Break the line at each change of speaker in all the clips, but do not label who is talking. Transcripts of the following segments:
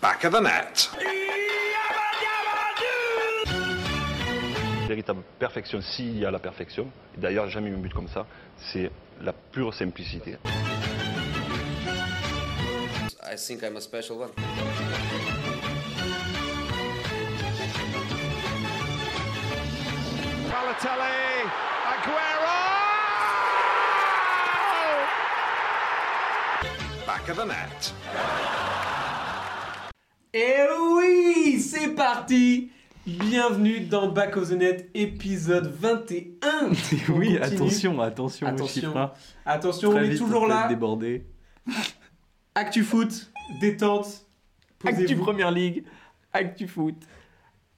back of the net.
Véritable perfection, s'il y a la perfection, d'ailleurs j'ai jamais eu un but comme ça, c'est la pure simplicité.
I think I'm a special one.
Balotelli, Aguero!
Back of the net.
Et Eh oui, c'est parti Bienvenue dans Back of the Net, épisode 21
Et
On
oui,
continue.
attention, attention,
Attention.
aux chiffres. hein.
Attention, on
Très
est
vite,
toujours
on peut
là
être Débordé.
Actu foot, détente,
Actu
posez-vous.
Première Ligue, Actu Foot.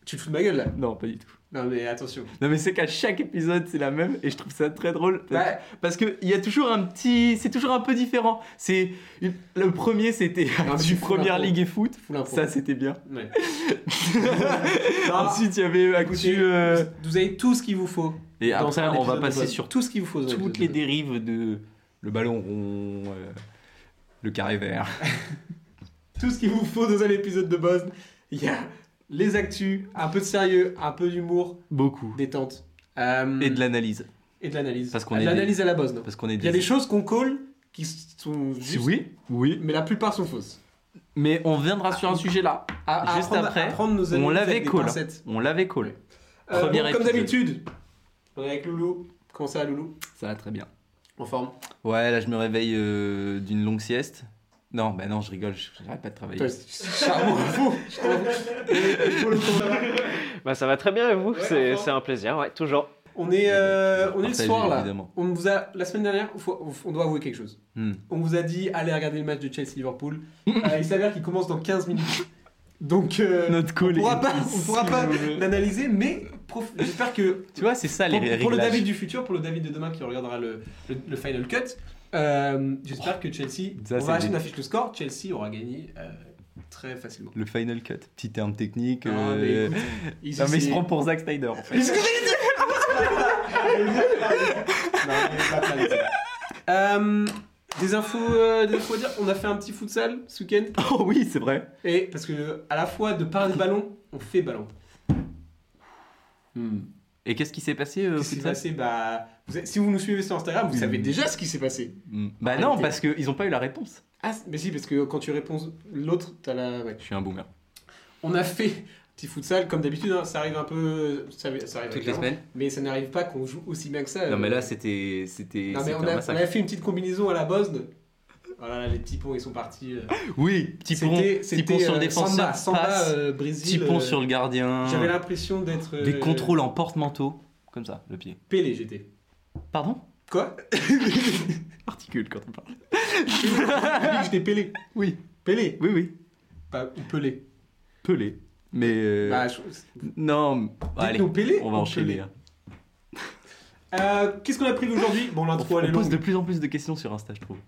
Tu te fous de ma gueule là
Non, pas du tout.
Non mais attention.
Non, mais c'est qu'à chaque épisode, c'est la même et je trouve ça très drôle. Parce,
Bah,
parce que il y a toujours un petit. C'est toujours un peu différent. C'est une- Le premier, c'était
mais
du
tu fous
Première
l'impro.
Ligue et Foot.
fous l'impro.
Ça, c'était bien.
Ouais.
Ensuite, il y avait
Écoutez,
Actu. euh,
vous, vous avez tout ce qu'il vous faut.
Et
dans
après,
un
on va
épisode
passer
de-
sur
tout ce qu'il vous faut. dans un
toutes les
épisode.
dérives de le ballon rond, euh, le carré vert.
tout ce qu'il vous faut dans un épisode de Buzz. Il y a les actus, un peu de sérieux, un peu d'humour,
Beaucoup.
détente. Euh,
Et de l'analyse.
et de l'analyse. Ah,
Parce qu'on
De
est des-
l'analyse à la Buzz. non.
Parce qu'on est
Il y a des choses qu'on colle qui sont
Si
justes,
Oui, oui.
mais la plupart sont fausses.
Mais on viendra
Ah.
sur un sujet là.
À- à
Juste
apprendre-
après,
à prendre nos
on
analyses
l'avait
avec des
call.
pincettes.
On l'avait call.
Euh,
Premier
donc, comme
épisode.
d'habitude, on est avec Loulou. Comment ça, Loulou
Ça va très bien.
En forme.
Ouais, là je me réveille euh, d'une longue sieste. Non, bah non, je rigole, je- j'arrête pas de travailler.
Toi, c'est charmant, fou. Je t'en prie.
Bah ça va très bien et vous
Ouais,
C'est
enfin.
c'est un plaisir, ouais, toujours.
On est, euh, on est le
Partagé,
soir là.
évidemment.
On vous a, la semaine dernière, faut- on doit avouer quelque chose.
Hmm.
On vous a dit allez regarder le match de Chelsea Liverpool. Euh, il s'avère qu'il commence dans 15 minutes. Donc euh,
Notre
on
call
pourra
est
pas, on pourra pas
impossible.
l'analyser, mais prof- j'espère que
Tu vois, c'est ça les
pour, pour le
réglages.
David du futur, pour le David de demain qui regardera le, le- le final cut, euh, j'espère que Chelsea,
Ça,
on
c'est
va acheter
des-
une affiche de score, Chelsea aura gagné euh, très facilement.
Le final cut. Petit terme technique.
Non, Ah, mais
euh,
écoute, ils-
non, mais il se
c'est-
prend pour Zack Snyder en fait.
Euh, des infos, euh, des infos à dire. On a fait un petit futsal ce week-end.
oh oui, c'est vrai.
Et parce que à la fois de par les ballons, on fait ballon.
Hmm. Et qu'est-ce qui s'est passé euh, au
Qu'est-ce qui s'est
futsal
passé bah, vous avez- Si vous nous suivez sur Instagram, vous
Oui.
savez déjà ce qui s'est passé.
Hmm. Bah non,
Arrêtez.
parce qu'ils ont pas eu la réponse.
Ah, c- mais si, parce que quand tu réponds l'autre, t'as la. ouais.
Je suis un boomer.
On a fait un petit futsal comme d'habitude. hein, ça arrive un peu. Ça, ça arrive
Toutes les
régulièrement,
semaines
Mais ça n'arrive pas qu'on joue aussi bien que ça.
Non, mais
euh,
là c'était. C'était
non, mais
c'était
on,
un
a, on
massacre.
a fait une petite combinaison à la Bosne. Voilà, là, les petits ponts ils sont partis. euh,
Oui, petit pont,
C'était-
petit
c'était,
pont sur le
euh, Samba,
défenseur,
Samba,
passe,
euh, Brésil.
petit pont
euh,
sur le gardien,
J'avais l'impression d'être.
des
euh,
contrôles en porte-manteau, comme ça, le pied.
Pélé, j'étais.
Pardon
Quoi
Particule quand on parle.
J'ai dit que J'étais Pélé.
Oui,
Pélé.
oui, oui.
Pas ou Pelé.
Pelé. Mais euh,
Bah, je-
non, m- Bah, allez,
Dites-nous Pelé
on va
ou
enchaîner.
Pelé
hein.
Euh, Qu'est-ce qu'on a pris aujourd'hui Bon,
On,
l'intro, elle
on
est
pose
longue.
de plus en plus de questions sur Insta, je trouve.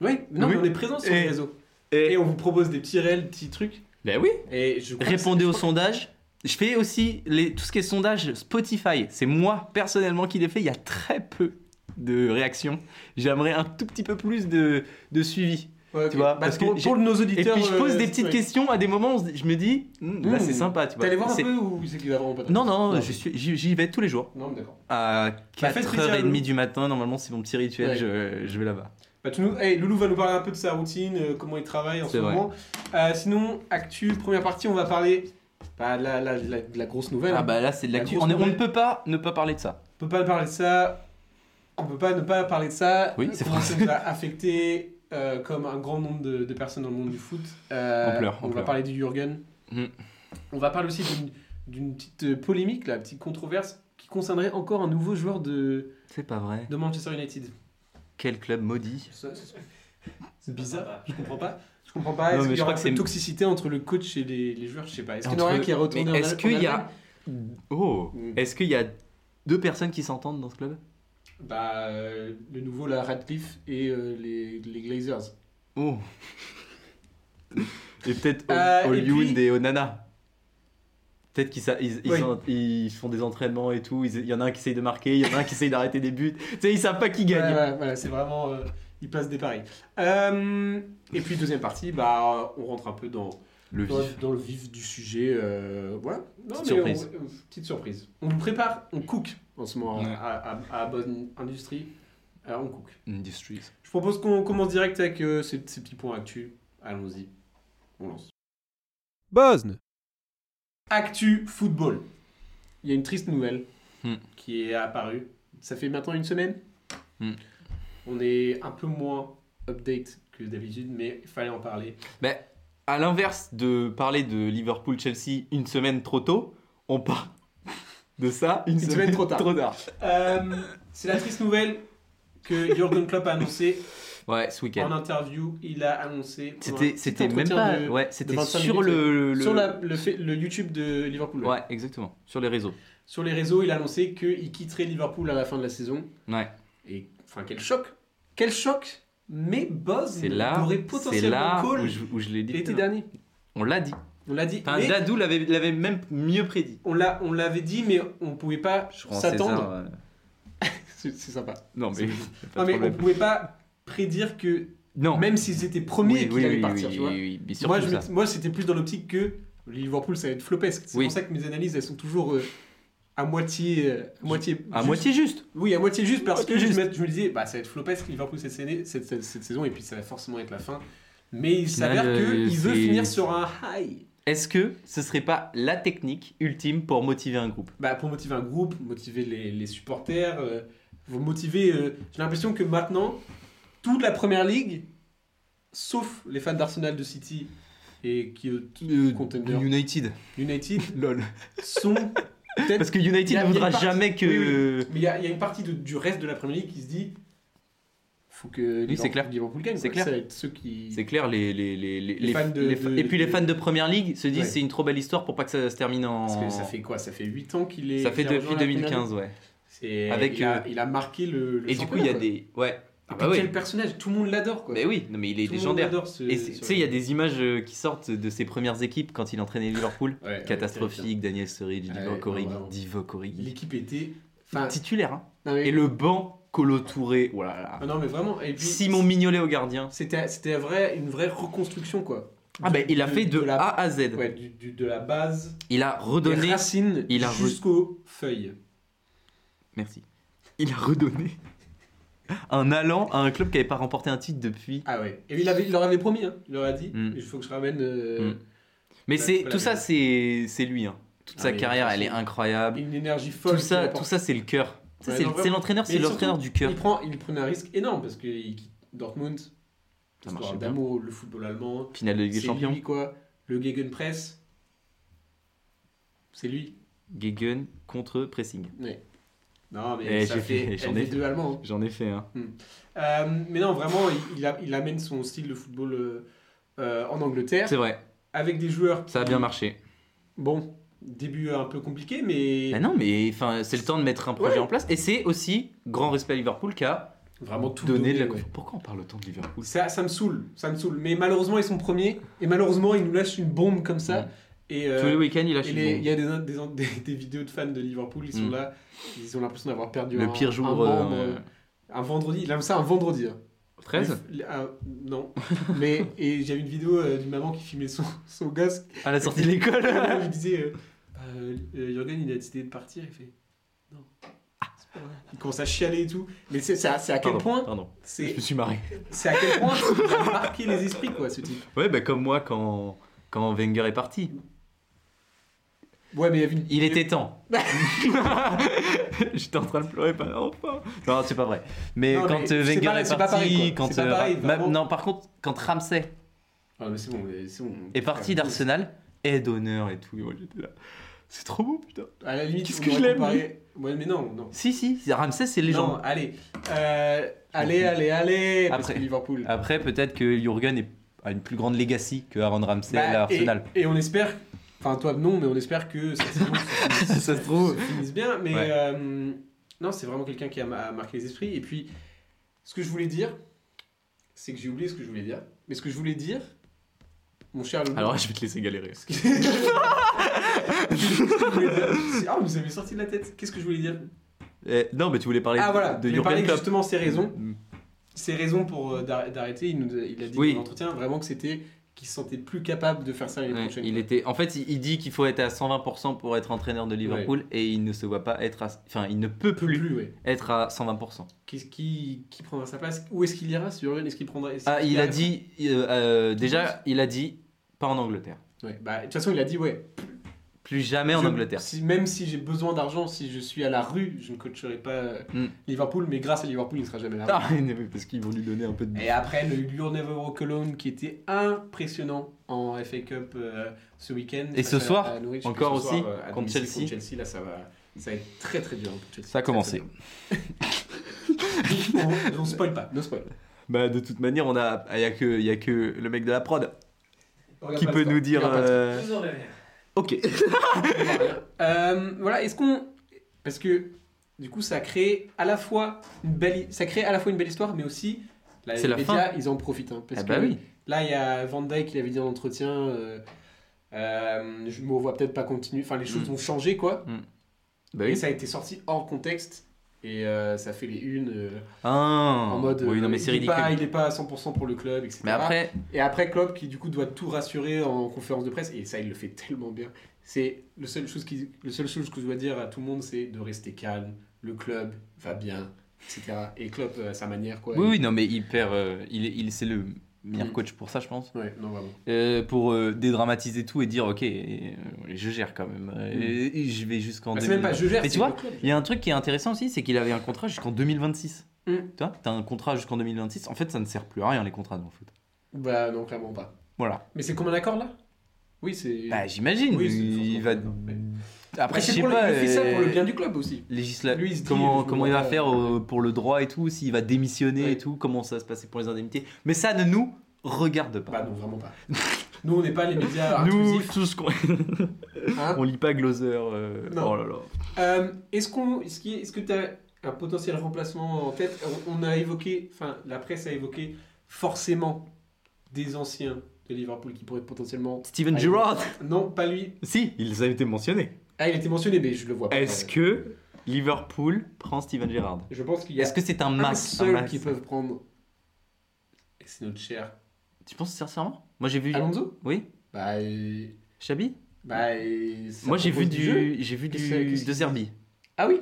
Oui, non,
Oui.
mais on est présent sur
Et-
les réseaux.
Et,
Et on vous propose des petits réels, des petits trucs.
ben Eh oui.
Et je crois que
Répondez
c'est-
aux sondages. Je fais aussi les, tout ce qui est sondage Spotify. C'est moi personnellement qui les fait. Il y a très peu de réactions. J'aimerais un tout petit peu plus de, de suivi.
Ouais, ok.
tu vois,
Bah,
parce que
pour,
j'ai-
pour nos
Et
auditeurs.
puis je pose
euh,
des petites
ouais.
questions à des moments où on se dit- je me dis, Hmm, là
Hmm.
c'est sympa, tu
T'es
vois.
allé voir un
C'est-
peu ou c'est qu'il a vraiment pas de-
Non, non, je suis- j'y j'y vais tous les jours.
Non, mais d'accord.
À
Bah, faites plaisir à
4h30
Loulou.
du matin, normalement c'est mon petit rituel,
Ouais.
je, je vais là-bas.
Bah, tu nous... hey, Loulou va nous parler un peu de sa routine, euh, comment il travaille en ce
C'est vrai.
moment. Euh, sinon, actu, première partie, on va parler bah, de, la, la- la- de la grosse nouvelle. hein.
Ah bah là c'est de
La
l'actu.
grosse
On, est- on ne
nouvelle.
peut pas ne pas parler de ça.
On peut pas parler de ça. On peut pas ne pas parler de ça.
Oui, c'est
Comment
français.
Ça nous a affecté euh, comme un grand nombre de, de personnes dans le monde du foot. Euh,
On pleure, on
va
pleure.
parler du Jürgen.
Mm.
On va parler aussi d'une- d'une petite euh, polémique, la petite controverse qui concernerait encore un nouveau joueur de,
C'est pas vrai.
de Manchester United.
Quel club maudit.
Ça, c'est- C'est bizarre, je comprends pas. Je comprends pas.
Non,
Est-ce
mais
qu'il y
je
aura pas
crois que
de
c'est-
toxicité entre le coach et les, les joueurs Je sais pas. Est-ce qu'il y en a
Entre-
un qui est retourné
Mais
en
Est-ce
Allemagne-
qu'il y
en Allemagne
a. Oh
Mm.
Est-ce qu'il y a deux personnes qui s'entendent dans ce club
Bah, euh, le nouveau, là, Radcliffe et euh, les, les Glazers.
Oh Et peut-être
Euh, et
Ol- Olyoun
puis-
et Onana. Peut-être qu'ils sa- ils, ils
Oui.
sont- ils font des entraînements et tout. ils- Il y en a un qui essaye de marquer, il y en a un qui essaye d'arrêter des buts. Tu sais, ils savent pas qui
Ouais,
gagne.
ouais, voilà, c'est vraiment. euh, ils passent des paris. Euh, et puis, deuxième partie, bah, euh, on rentre un peu dans,
Le
dans,
vif.
dans le vif du sujet. euh, voilà. Non,
Petite
mais on-
surprise.
euh, petite surprise. On le prépare, on cook en ce moment
Ouais.
à, à- à Bonne Industrie. Alors on cook.
Industries.
Je propose qu'on commence direct avec euh, ces, ces petits points actu. Allons-y. On lance.
Bosne,
Actu football. Il y a une triste nouvelle
Hmm.
qui est apparue. Ça fait maintenant une semaine.
Hmm.
On est un peu moins update que d'habitude, mais il fallait en parler.
Ben, à l'inverse de parler de Liverpool-Chelsea une semaine trop tôt, on parle de ça une,
semaine trop tard. Euh, C'est la triste nouvelle que Jürgen Klopp a annoncé
Ouais, ce
en
week-end.
interview. Il a annoncé. pendant un
C'était,
petit
c'était même
entretien
pas.
de-
ouais, c'était
25
sur
minutes,
le, le-
Sur la- le, fait- le YouTube de Liverpool.
Ouais, exactement. Sur les réseaux.
Sur les réseaux, il a annoncé qu'il quitterait Liverpool à la fin de la saison.
Ouais.
Et enfin, quel choc Quel choc Mais Boz
C'est là.
Mmh. aurait
C'est
potentiellement
là
call
où je, où je l'ai dit.
l'été
tout à l'heure.
dernier.
On l'a dit.
On l'a dit.
Enfin,
mais
Dadou l'avait, l'avait même mieux prédit.
on l'a, on l'avait dit, mais on pouvait pas
Je rends César,
s'attendre.
euh,
C'est, c'est sympa.
Non, mais. pas
Non,
de
mais on
problème.
pouvait pas prédire que
Non.
même s'ils étaient premiers
oui,
qu'il
oui,
allait
oui,
partir.
oui,
tu vois.
oui, oui, mais surtout
moi, je
ça.
m'étais- moi, c'était plus dans l'optique que Liverpool, ça va être flopesque. C'est
Oui.
pour ça que mes analyses, elles sont toujours euh, à moitié, euh, à moitié.
À
juste.
moitié juste.
Oui, à moitié juste parce
Moitié
que je
juste.
me- Je, me disais, bah, ça va être flopesque Liverpool cette, saison- cette, cette- cette saison et puis ça va forcément être la fin. Mais il
final,
s'avère
euh,
qu'il veut
c'est-
finir sur un high.
Est-ce que ce serait pas la technique ultime pour motiver un groupe
Bah, pour motiver un groupe, motiver les, les supporters, euh, vous motiver. euh, J'ai l'impression que maintenant, toute la première ligue, sauf les fans d'Arsenal, de City et qui euh, Contender.
United.
United,
Lol.
sont peut-être
Parce que
Il y
United
a-
ne
il y a
voudra
une partie-
jamais que.
oui, Mais il y, a il y a une partie de- du reste de la Premier League qui se dit faut que Liverpool-
c'est clair.
Liverpool gagne.
C'est
quoi.
clair.
Ça va être ceux qui.
C'est clair, les, les, les, les- les-
fans de-
les fa-
de-
et puis les
de-
fans de Première Ligue se disent
Ouais.
c'est une trop belle histoire pour pas que ça se termine en.
Parce que ça fait quoi Ça fait 8 ans qu'il est.
Ça fait
qu'il a
depuis
rejoint la Premier
2015, ouais.
League. C'est-
Avec,
il,
euh,
a, il a marqué le. le
Et du coup, il y
championnat,
a
quoi.
des. Ouais. Ah
Et puis
bah oui.
quel personnage Tout le monde l'adore quoi.
Mais oui, non, mais il est
Tout le monde
légendaire.
l'adore, ce-
Et c'est-
ce-
tu sais, il y a des images euh, qui sortent de ses premières équipes quand il entraînait Liverpool.
Ouais, ouais, terrifiant.
Catastrophique, Daniel Sturridge,
Ouais,
Divock Origi,
non, vraiment.
Divock Origi.
L'équipe était. Enfin,
Titulaire, hein.
non, mais-
Et le banc Colo Touré. Oh là
Ah
là.
non, mais vraiment. Et puis,
Simon Mignolet au gardien.
C'était c'était un vrai- une vraie reconstruction quoi.
Ah
Du-
ben il a
du-
fait de
la,
A à Z.
ouais, du- du- de la base
Il a redonné.
Des racines
il a re-
jusqu'aux feuilles.
Merci. Il a redonné un allant à un club qui n'avait pas remporté un titre depuis.
Ah ouais. Et il, avait, il leur avait promis, hein. il leur a dit,
Mm.
il faut que je ramène. euh,
Mm. Mais
Bah,
c'est
voilà,
tout ça,
mais-
c'est c'est lui. hein. Toute
Ah,
sa
mais
carrière, elle est
c'est-
incroyable.
Une énergie folle.
Mm. Tout ça,
qu'il apporte.
tout ça, c'est le cœur. Ça,
Ouais,
c'est
non,
c'est
vraiment.
l'entraîneur,
Mais
c'est
surtout,
l'entraîneur du
Il
cœur.
prend, il prenait un risque énorme parce que il- Dortmund,
Ça
histoire
marchait bien.
d'amour, le football allemand,
Finale de Ligue des
c'est
Champions.
lui quoi. Le Gegenpress, c'est lui.
Gegen contre pressing.
Ouais. Non mais
Eh,
ça
j'ai
fait
fait- j'en ai
LV2 allemand.
J'en ai fait un.
Euh, mais non vraiment, il, il a- il amène son style de football euh, euh, en Angleterre
C'est vrai,
avec des joueurs.
ça a
qui-
bien marché.
Bon, début un peu compliqué mais
Bah non, mais enfin, c'est le temps de mettre un projet
Ouais.
en place. Et c'est aussi grand respect à Liverpool qui a
vraiment tout
donné de
donné,
la
ouais.
confiance. Pourquoi on parle autant de Liverpool
Ça, ça me saoule, ça me saoule. Mais malheureusement, ils sont premiers. Et malheureusement, ils nous lâchent une bombe comme ça.
Mm.
Et
Tous les
euh,
week-ends, il a
et les- il y a des, des, des- des vidéos de fans de Liverpool, ils sont
Mm.
là. Ils ont l'impression d'avoir perdu un,
le pire
un,
jour.
membre,
euh,
un vendredi. Ils aiment ça un vendredi. hein.
13
Les- les- ah, Non. Mais et j'avais une vidéo euh, d'une maman qui filmait son, son gosse.
À la sortie de l'école
Elle lui disait euh, Euh, euh, Jürgen, il a décidé de partir. Il fait Non. c'est pas vrai. Il commence à chialer et tout. Mais c'est c'est à, c'est à quel
Pardon,
point
Pardon, je
c'est
me suis marré.
c'est à quel point il a marqué les esprits quoi ce type.
Ouais, bah comme moi quand, quand Wenger est parti.
Ouais, mais il y avait une-
Il était temps. J'étais en train de pleurer, pas enfin. Non, c'est pas vrai. Mais
Non,
quand
mais
euh,
c'est
Wenger
pas-
est
c'est pas
parti,
pareil, quoi.
quand. euh,
C'est pas pareil,
Ra- ma-
vraiment.
non, par contre, quand Ramsey
Ah, mais c'est bon, mais c'est bon. Ah,
est parti d'Arsenal, aide d'honneur et tout, et moi j'étais là. C'est trop beau, putain.
À la limite,
Qu'est-ce
on
que je
aurait
l'aime,
comparé- Ouais, mais non, non.
Si, si, Ramsey, c'est
Non,
légende.
allez. Euh, allez, allez, allez. Parce
Après.
que Liverpool.
Après, peut-être que Jurgen est- a une plus grande legacy que Aaron Ramsey
Bah,
à Arsenal.
Et, et on espère. Enfin, toi, non, mais on espère que cette saison se finisse-
Ça se trouve.
se finisse bien. Mais
Ouais.
euh, non, c'est vraiment quelqu'un qui a, ma- a marqué les esprits. Et puis, ce que je voulais dire, c'est que j'ai oublié ce que je voulais dire. Mais ce que je voulais dire, mon cher Loulou,
Alors, je vais te laisser galérer.
Qu'est-ce que- Qu'est-ce que je voulais dire Ah, vous avez sorti de la tête. Qu'est-ce que je voulais dire
Eh, non, mais tu voulais parler
Ah
de-
voilà,
de
de il parlait
Jurgen
de
Klopp.
justement ses raisons.
Mm.
Ses raisons pour euh, d'ar- d'arrêter, il, nous a- il a dit
Oui.
dans l'entretien vraiment que c'était qui se sentait plus capable de faire ça l'année
Ouais,
prochaine.
il était, en fait, il il dit qu'il faut être à 120% pour être entraîneur de Liverpool et il ne se voit pas être à. Enfin, il ne peut
peut
plus
plus, ouais.
être à 120%.
Qui, qui, qui prendra sa place Où est-ce qu'il ira sur Est-ce qu'il prendra est-ce
Ah,
qu'il
il a
ira-
dit. euh, euh, déjà, il a dit pas en Angleterre.
Ouais, bah, de toute façon, il a dit ouais.
Plus jamais en
je-
Angleterre.
si- même si j'ai besoin d'argent, si je suis à la rue, je ne coacherai pas euh,
Mm.
Liverpool, mais grâce à Liverpool, il ne sera jamais là.
Ah, mais parce qu'ils vont lui donner un peu de.
Et après, le You're Never Walk Alone qui était impressionnant en FA Cup euh, ce week-end.
Et ce
face à-
soir,
à Norwich.
encore
Et ce soir,
aussi,
euh, à
contre
domicile,
Chelsea.
Chelsea, là, ça va, ça va être très très dur. contre Chelsea.
Ça a commencé.
Très, très dur. on, on spoil pas, no spoil.
Bah, de toute manière, on a. Il y a que, il y a que le mec de la prod
Regarde
qui
pas
peut
le score.
nous dire.
Regarde pas le score.
euh, Ok.
Euh, voilà, est-ce qu'on. Parce que du coup, ça crée à la fois une belle, ça crée à la fois une belle histoire, mais aussi. Là,
C'est
les
la
médias, ils en profitent. hein, parce
Ah bah
que
oui.
Là, il y a Van Dyke qui avait dit en entretien euh, euh, Je me vois peut-être pas continuer. Enfin, les choses
Mm.
ont changé, quoi.
Bah
Et
oui.
ça a été sorti hors contexte. Et euh, ça fait les unes euh,
Ah.
en mode.
Oui, non,
euh,
mais c'est
il est
ridicule.
pas- il est pas à 100% pour le club, etc.
Mais après,
Et après, Klopp qui du coup doit tout rassurer en conférence de presse, et ça il le fait tellement bien. C'est le seul chose qui, le seul chose que je dois dire à tout le monde, c'est de rester calme. Le club va bien, etc. Et Klopp euh, à sa manière quoi.
oui, oui, non, mais il perd. euh, il, est- il, c'est le meilleur
Mm.
coach pour ça, je pense.
Ouais, non vraiment.
Euh, pour euh, dédramatiser tout et dire, ok, euh, je gère quand même. euh,
Mm.
et je vais jusqu'en.
Bah, c'est même
2000.
pas je gère.
Mais
c'est
tu vois,
le club.
Il y a un truc qui est intéressant aussi, c'est qu'il avait un contrat jusqu'en 2026.
Mm.
Tu vois, t'as un contrat jusqu'en 2026. En fait, ça ne sert plus à rien les contrats dans le foot.
Bah non clairement pas.
Voilà.
Mais c'est comme un accord là Oui c'est.
Bah, j'imagine.
Oui, c'est
il
forcément
va.
d'accord, mais-
Après,
Bah,
je
c'est
sais
pour le-
pas.
il fait ça pour le
euh,
bien du club aussi.
législa-
Lui, il se dit,
comment
je me
comment il va
vois-
faire euh, pour le droit et tout, s'il va démissionner
Ouais.
et tout, comment ça va se passer pour les indemnités. Mais ça ne nous regarde pas.
Bah non vraiment pas. Nous on n'est pas les médias
nous,
intrusifs.
tous, qu'on-
hein.
on lit pas Gloser. euh,
Non.
Oh là là.
Euh, est-ce qu'on, est-ce qu'il- est-ce que tu as un potentiel remplacement en tête on, on a évoqué, enfin, la presse a évoqué forcément des anciens de Liverpool qui pourraient potentiellement.
Steven
Ah,
Gerrard
Non, pas lui.
Si, ils avaient été mentionnés.
Ah, il était mentionné, mais je le vois pas.
Est-ce que Liverpool prend Steven Gerrard
Je pense qu'il y a
Est-ce que c'est un
un
max, un
seul
max
qui peuvent prendre. Et c'est notre cher
Tu penses sincèrement Moi j'ai vu.
Alonso.
Oui
Bah, euh,
Chabi
bah. euh, ça
Moi j'ai vu
propose jeu.
du. J'ai vu
Qu'est-ce que- qu'est-ce
du. De
qu'il
Zerbi.
Ah oui.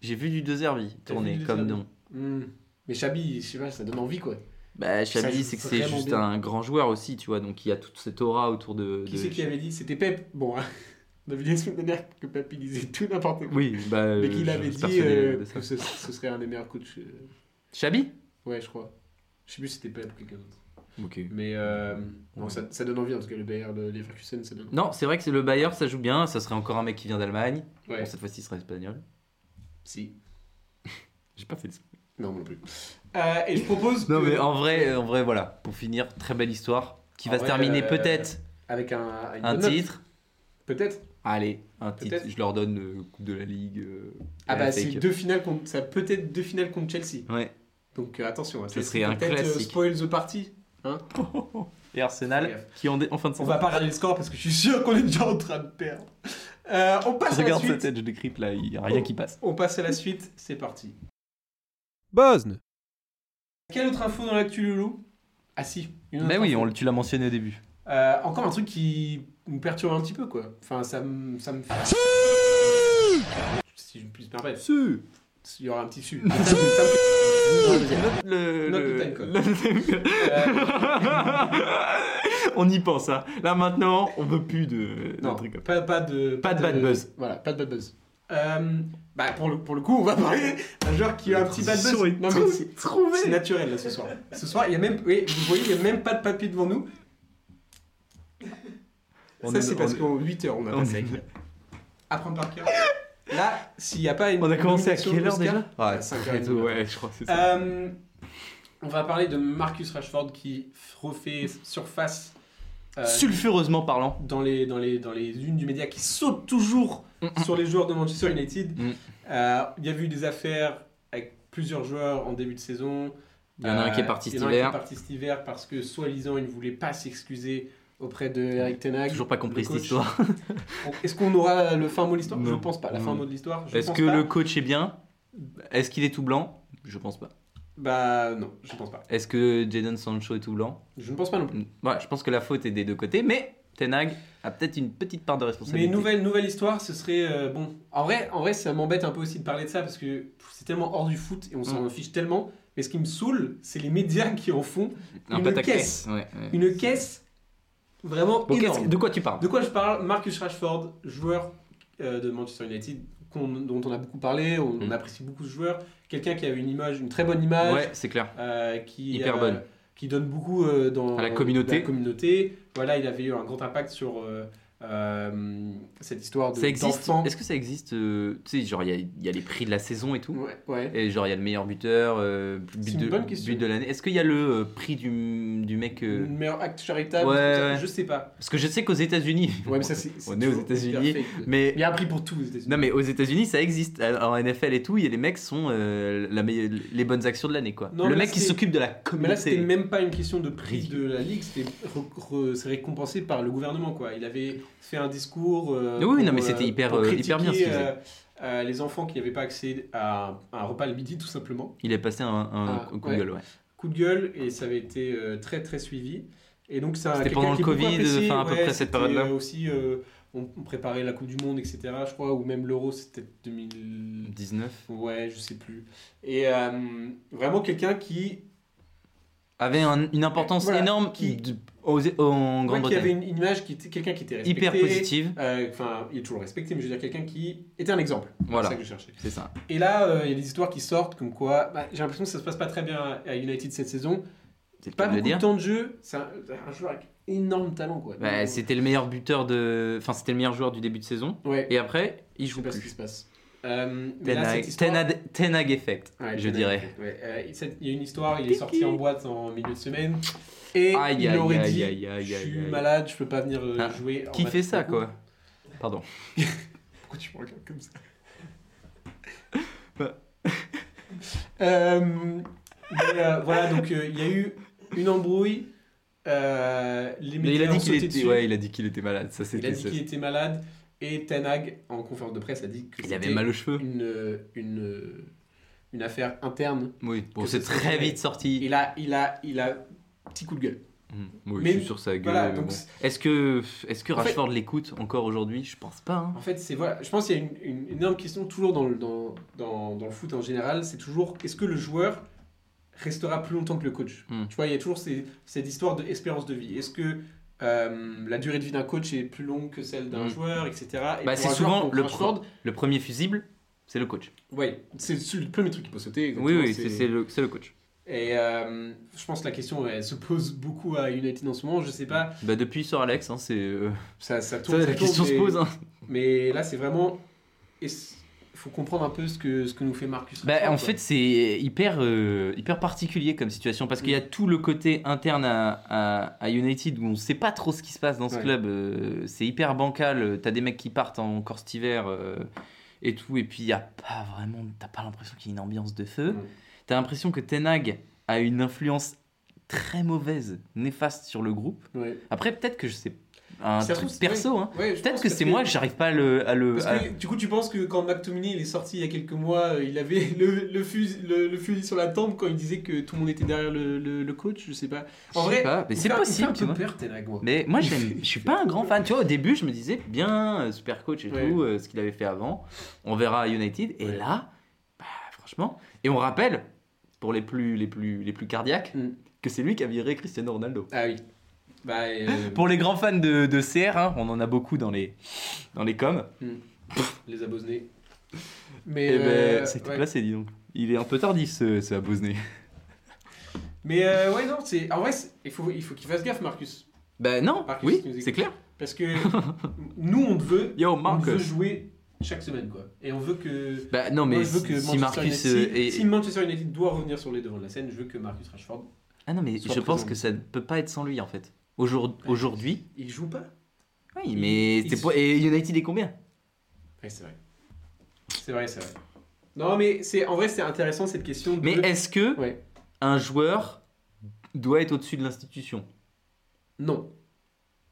J'ai vu du De Zerbi
T'as vu
tourner
du
comme
Deserbi
nom.
Hmm. Mais Chabi, je sais pas, ça donne envie quoi.
Bah,
Ça
Chabi,
joue
c'est que c'est
vraiment
juste
bien.
un grand joueur aussi, tu vois. Donc il y a toute cette aura autour de.
Qui
de-
c'est qui avait dit C'était Pep. Bon, hein. on avait dit la semaine dernière que Pep il disait tout n'importe quoi.
Oui, bah.
Mais qu'il
je
avait
reste
dit
persuadé
euh,
de ça.
que ce, ce serait un des meilleurs coachs. euh,
Chabi
Ouais, je crois. Je sais plus si c'était Pep ou quelqu'un d'autre.
Ok.
Mais euh, non,
Ouais.
ça, ça donne envie en tout cas, le Bayern, le Leverkusen, ça donne envie.
Non, c'est vrai que c'est le Bayer, ça joue bien. Ça serait encore un mec qui vient d'Allemagne.
Ouais,
Bon, cette fois-ci, il serait espagnol.
si.
J'ai pas fait le
Non, moi non plus. Euh, et je propose.
Non
que-
mais en vrai, euh, en vrai voilà, pour finir, très belle histoire qui
En
va se
vrai,
terminer
euh,
peut-être
Avec un, une
un
bonne note,
titre.
Peut-être.
Allez, un titre.
Peut-être.
Je leur donne euh, Coupe de la Ligue. euh,
Ah
et
bah,
la
c'est
Fake.
deux finales contre. Ça peut être deux finales contre Chelsea.
Ouais.
Donc euh, attention, hein,
Ce
Chelsea
serait un
peut-être, euh,
classique.
spoil the party.
Et Arsenal
Fais gaffe.
qui en, dé- en fin de
On
saison.
va pas regarder le score parce que je suis sûr qu'on est déjà en train de perdre. Euh, on passe à la
Regarde sa
suite.
tête, je décrypte là, il y a rien qui passe.
On passe à la suite, c'est parti.
Bosne.
Quelle autre info dans l'actu loulou Ah si, une autre
Mais Ben oui,
info.
on, le- tu l'as mentionné au début.
Euh, encore un truc qui me perturbe un petit peu quoi. Enfin ça me ça me fait si je puis me permettre. Il y aura un petit su. Ça me- ça me fait- Non, deuxième.
Le,
Note le time code.
le- le-
Euh,
on y pense hein. Là maintenant, on veut plus de, de
non,
trucs.
pas, pas de
Pas de bad buzz.
Voilà, pas de bad buzz. Euh, bah pour le, pour le coup, on va parler d'un joueur qui a un petit bad buzz. Non mais c'est- C'est naturel là ce soir. Ce soir, il y a même, oui, vous voyez, il n'y a même pas de papier devant nous.
On
ça
est-
c'est parce
on est-
qu'en 8 heures on a
on
passé
est-
avec elle. Apprendre par cœur. Là, s'il n'y a pas une.
On a commencé à
nomination
quelle heure
Oscar,
déjà
à cinq heures et demie.
ouais, je crois que c'est ça.
Euh, on va parler de Marcus Rashford qui refait surface euh,
Sulfureusement parlant.
dans, les, dans, les, dans les unes du média qui saute toujours sur les joueurs de Manchester United.
Mm.
Euh, Il y a eu des affaires avec plusieurs joueurs en début de saison. Euh,
Il y en a un qui est parti
il y
cet
en a un qui est
hiver.
parti cet hiver parce que, soi-disant, il ne voulait pas s'excuser auprès de Eric Ten Hag.
Toujours pas
le
compris cette
coach.
histoire.
Est-ce qu'on aura le fin mot de l'histoire
Non.
Je pense pas. La fin
Non.
mot de l'histoire, je
Est-ce
pense
que
pas.
le coach est bien Est-ce qu'il est tout blanc Je pense pas.
Bah non, je ne pense pas.
Est-ce que Jadon Sancho est tout lent
Je ne pense pas non plus.
Voilà, je pense que la faute est des deux côtés, mais Tenag a peut-être une petite part de
Mais
responsabilité.
nouvelle, nouvelle histoire, ce serait euh, bon. En vrai, en vrai, ça m'embête un peu aussi de parler de ça parce que pff, c'est tellement hors du foot et on
Mm.
s'en fiche tellement. Mais ce qui me saoule, c'est les médias qui en font
Un
une
pataquès.
caisse.
Ouais, ouais.
une caisse vraiment
Bon,
énorme.
qu'est-ce- de quoi tu parles
De quoi je parle Marcus Rashford, joueur euh, de Manchester United, qu'on- dont on a beaucoup parlé, on, on
Mm.
apprécie beaucoup ce joueur, quelqu'un qui a une image, une très bonne image,
Ouais, c'est clair.
euh, qui
Hyper
euh,
bonne.
qui donne beaucoup euh, dans
À la communauté.
dans la communauté. Voilà, il avait eu un grand impact sur euh, euh, cette histoire de
Ça existe
d'enfant.
Est-ce que ça existe euh, Tu sais, genre, il y a- il y, a les prix de la saison et tout.
Ouais, ouais.
Et genre, il y a le meilleur buteur, euh,
C'est
but,
une
de,
bonne question.
but de l'année. Est-ce qu'il y a le euh, prix du, du mec euh,
Une meilleur acte charitable,
Ouais,
tout ça,
ouais.
je sais pas.
Parce que je sais qu'aux États-Unis.
Ouais, mais ça c'est c'est
On est aux
toujours hyper
États-Unis,
fake.
mais
il y a un prix pour tout aux États-Unis.
Non mais aux États-Unis ça existe en NFL et tout, il y a les mecs sont euh, la meille- les bonnes actions de l'année quoi.
Non, mais
le
là,
mec qui
c'était-
s'occupe de la
Mais là, c'était
communauté.
même pas une question de prix
Ridicule.
de la Ligue, c'était re- re- c'est récompensé par le gouvernement. quoi. Il avait fait un discours. euh,
Oui, non, mais c'était hyper,
pour
euh, hyper bien ce qu'il
critiquer,
faisait.
euh, euh, les enfants qui n'avaient pas accès à un, à un repas le midi, tout simplement.
Il est passé un, un
Ah,
coup de gueule, ouais.
Coup de gueule, et ça avait été euh, très très suivi. Et donc, ça
C'était
quelqu'un
pendant
qui
le
est beaucoup
Covid, euh,
apprécié,
enfin, à peu
ouais,
près cette
c'était,
période-là.
euh, aussi, euh, on on préparait la Coupe du Monde, etc., je crois, ou même l'Euro, c'était 2000.
19.
Ouais, je sais plus. Et euh, vraiment quelqu'un qui
Avait un- une importance
Voilà,
énorme
qui-
du- aux- en
Ouais, qui avait
Grande-Bretagne.
une, une image qui était quelqu'un qui était respecté.
Hyper positive.
Euh, Enfin, il est toujours respecté, mais je veux dire quelqu'un qui était un exemple. C'est
Voilà,
ça que je cherchais.
c'est ça.
Et là, euh, il y a des histoires qui sortent comme quoi. bah, J'ai l'impression que ça se passe pas très bien à United cette saison.
C'est le
Pas
cas de
beaucoup
le dire.
de temps de jeu. C'est un, un joueur avec énorme talent, quoi.
Bah,
Donc,
c'était le meilleur buteur de enfin c'était le meilleur joueur du début de saison
Ouais,
et après, il
je sais
joue
pas ce qui
plus.
se passe. Euh, mais là,
Tenag,
cette histoire-
Tenag- Tenag effect,
Ouais,
je
Tenag.
dirais.
Ouais, euh, cette- il y a une histoire, il est sorti en boîte en milieu de semaine. Et
Aïe,
il
aïe,
aurait
aïe,
dit
aïe, aïe,
Je
aïe,
suis
aïe.
malade, je peux pas venir euh,
Ah,
jouer. en
Qui
match
fait ça
beaucoup.
quoi Pardon.
Pourquoi tu me regardes comme ça
Bah.
Euh, mais, euh, voilà, donc euh, il y a eu une embrouille. euh, les
Mais il
médias
a
ont
dit qu'il
sauté
était
dessus.
ouais, il a dit qu'il était malade,
il
ça
a
c'était
dit
ça.
qu'il était malade. Et Tenag, en conférence de presse, a dit que
Il avait
c'était
mal aux cheveux.
une, une, une affaire interne.
Oui, bon,
que
c'est
ce serait
très
jamais.
vite sorti.
Il a, il a, il a petit coup de gueule.
Mm. Oui,
Mais
je suis sûr que ça a gueulé.
voilà,
mais
donc
bon.
c'est-
Est-ce que, est que
En fait-
Rashford l'écoute encore aujourd'hui Je pense pas. hein.
En fait, c'est voilà. Je pense qu'il y a une, une énorme question toujours dans le, dans, dans, dans le foot en général. C'est toujours est-ce que le joueur restera plus longtemps que le coach
Mm.
Tu vois, il y a toujours ces- cette histoire d'espérance de vie. Est-ce que euh, la durée de vie d'un coach est plus longue que celle d'un
Mm.
joueur, etc. Et
Bah,
pour
c'est
un joueur
souvent
comme
le
Rashford,
Le premier fusible, c'est le coach.
Ouais, c'est c'est le premier truc qui peut sauter.
Oui,
exactement,
oui, c'est c'est le, c'est le coach.
Et euh, je pense que la question elle se pose beaucoup à United en ce moment. Je sais pas,
Bah, depuis Sir Alex, hein, c'est. euh,
ça, ça
ça,
tourne.
la
ça tourne,
question se
mais-
pose. hein.
Mais là, c'est vraiment. Il faut comprendre un peu ce que, ce que nous fait Marcus.
Bah,
Rashford,
en
quoi.
fait, c'est hyper, euh, hyper particulier comme situation parce qu'il y a tout le côté interne à, à- à United où on sait pas trop ce qui se passe dans ce
Ouais.
club. euh, c'est hyper bancal. euh, T'as des mecs qui partent encore cet hiver euh, et tout. Et puis, il y a pas vraiment. T'as pas l'impression qu'il y a une ambiance de feu.
Mm.
T'as l'impression que Tenag a une influence très mauvaise, néfaste sur le groupe.
Ouais.
Après, peut-être que je sais. Un
Ça se
truc
trouve,
perso, hein.
Ouais, je
Peut-être
pense
que
parce
c'est moi euh, que j'arrive pas à le. à le-
Parce
à-
que, du coup, tu penses que quand McTominay il est sorti il y a quelques mois, euh, il avait le, le, fusil, le, le fusil sur la tempe quand il disait que tout le monde était derrière le, le- le coach, je sais pas. En
Je sais
vrai,
pas, mais
il
c'est
fait un- il
possible,
fait
tu
un
vois.
peu peur, Tenag, moi.
Mais moi, j'aime- je suis pas un grand fan. Tu vois, au début, je me disais bien, euh, super coach et
Ouais.
tout, euh, ce qu'il avait fait avant. On verra à United. Et là, bah, franchement. Et on rappelle, pour les plus, les plus, les plus cardiaques,
Mm.
que c'est lui qui a viré Cristiano Ronaldo.
Ah oui. Bah, euh,
Pour les grands fans de, de CR, hein, on en a beaucoup dans les, dans les coms.
les abonnés. Mais,
Et
euh,
ben, c'était
ouais.
placé, dis donc. Il est un peu tardif, ce, ce Abosné.
Mais euh, ouais, non, c'est. En vrai, c'est- il faut il faut qu'il fasse gaffe, Marcus.
Ben non,
Marcus,
oui,
tu nous
c'est
écoutes.
clair.
Parce que nous, on te veut,
Yo,
on te veut
Marcus.
jouer chaque semaine, quoi. Et on veut que.
Bah non,
Moi,
mais
je veux que Manchester
si Marcus
United-
euh,
si-
est-
si Manchester United doit revenir sur les devants de la scène, je veux que Marcus Rashford,
Ah non, mais je
Sois
pense
présent.
que ça ne peut pas être sans lui, en fait. Aujourd- Aujourd'hui,
il joue pas.
Oui, mais
il
c'était
se-
pas- Et United est combien
Ouais, c'est vrai. C'est vrai, c'est vrai. Non, mais c'est en vrai, c'est intéressant cette question. de-
Mais est-ce que
Ouais.
un joueur doit être au-dessus de l'institution
non.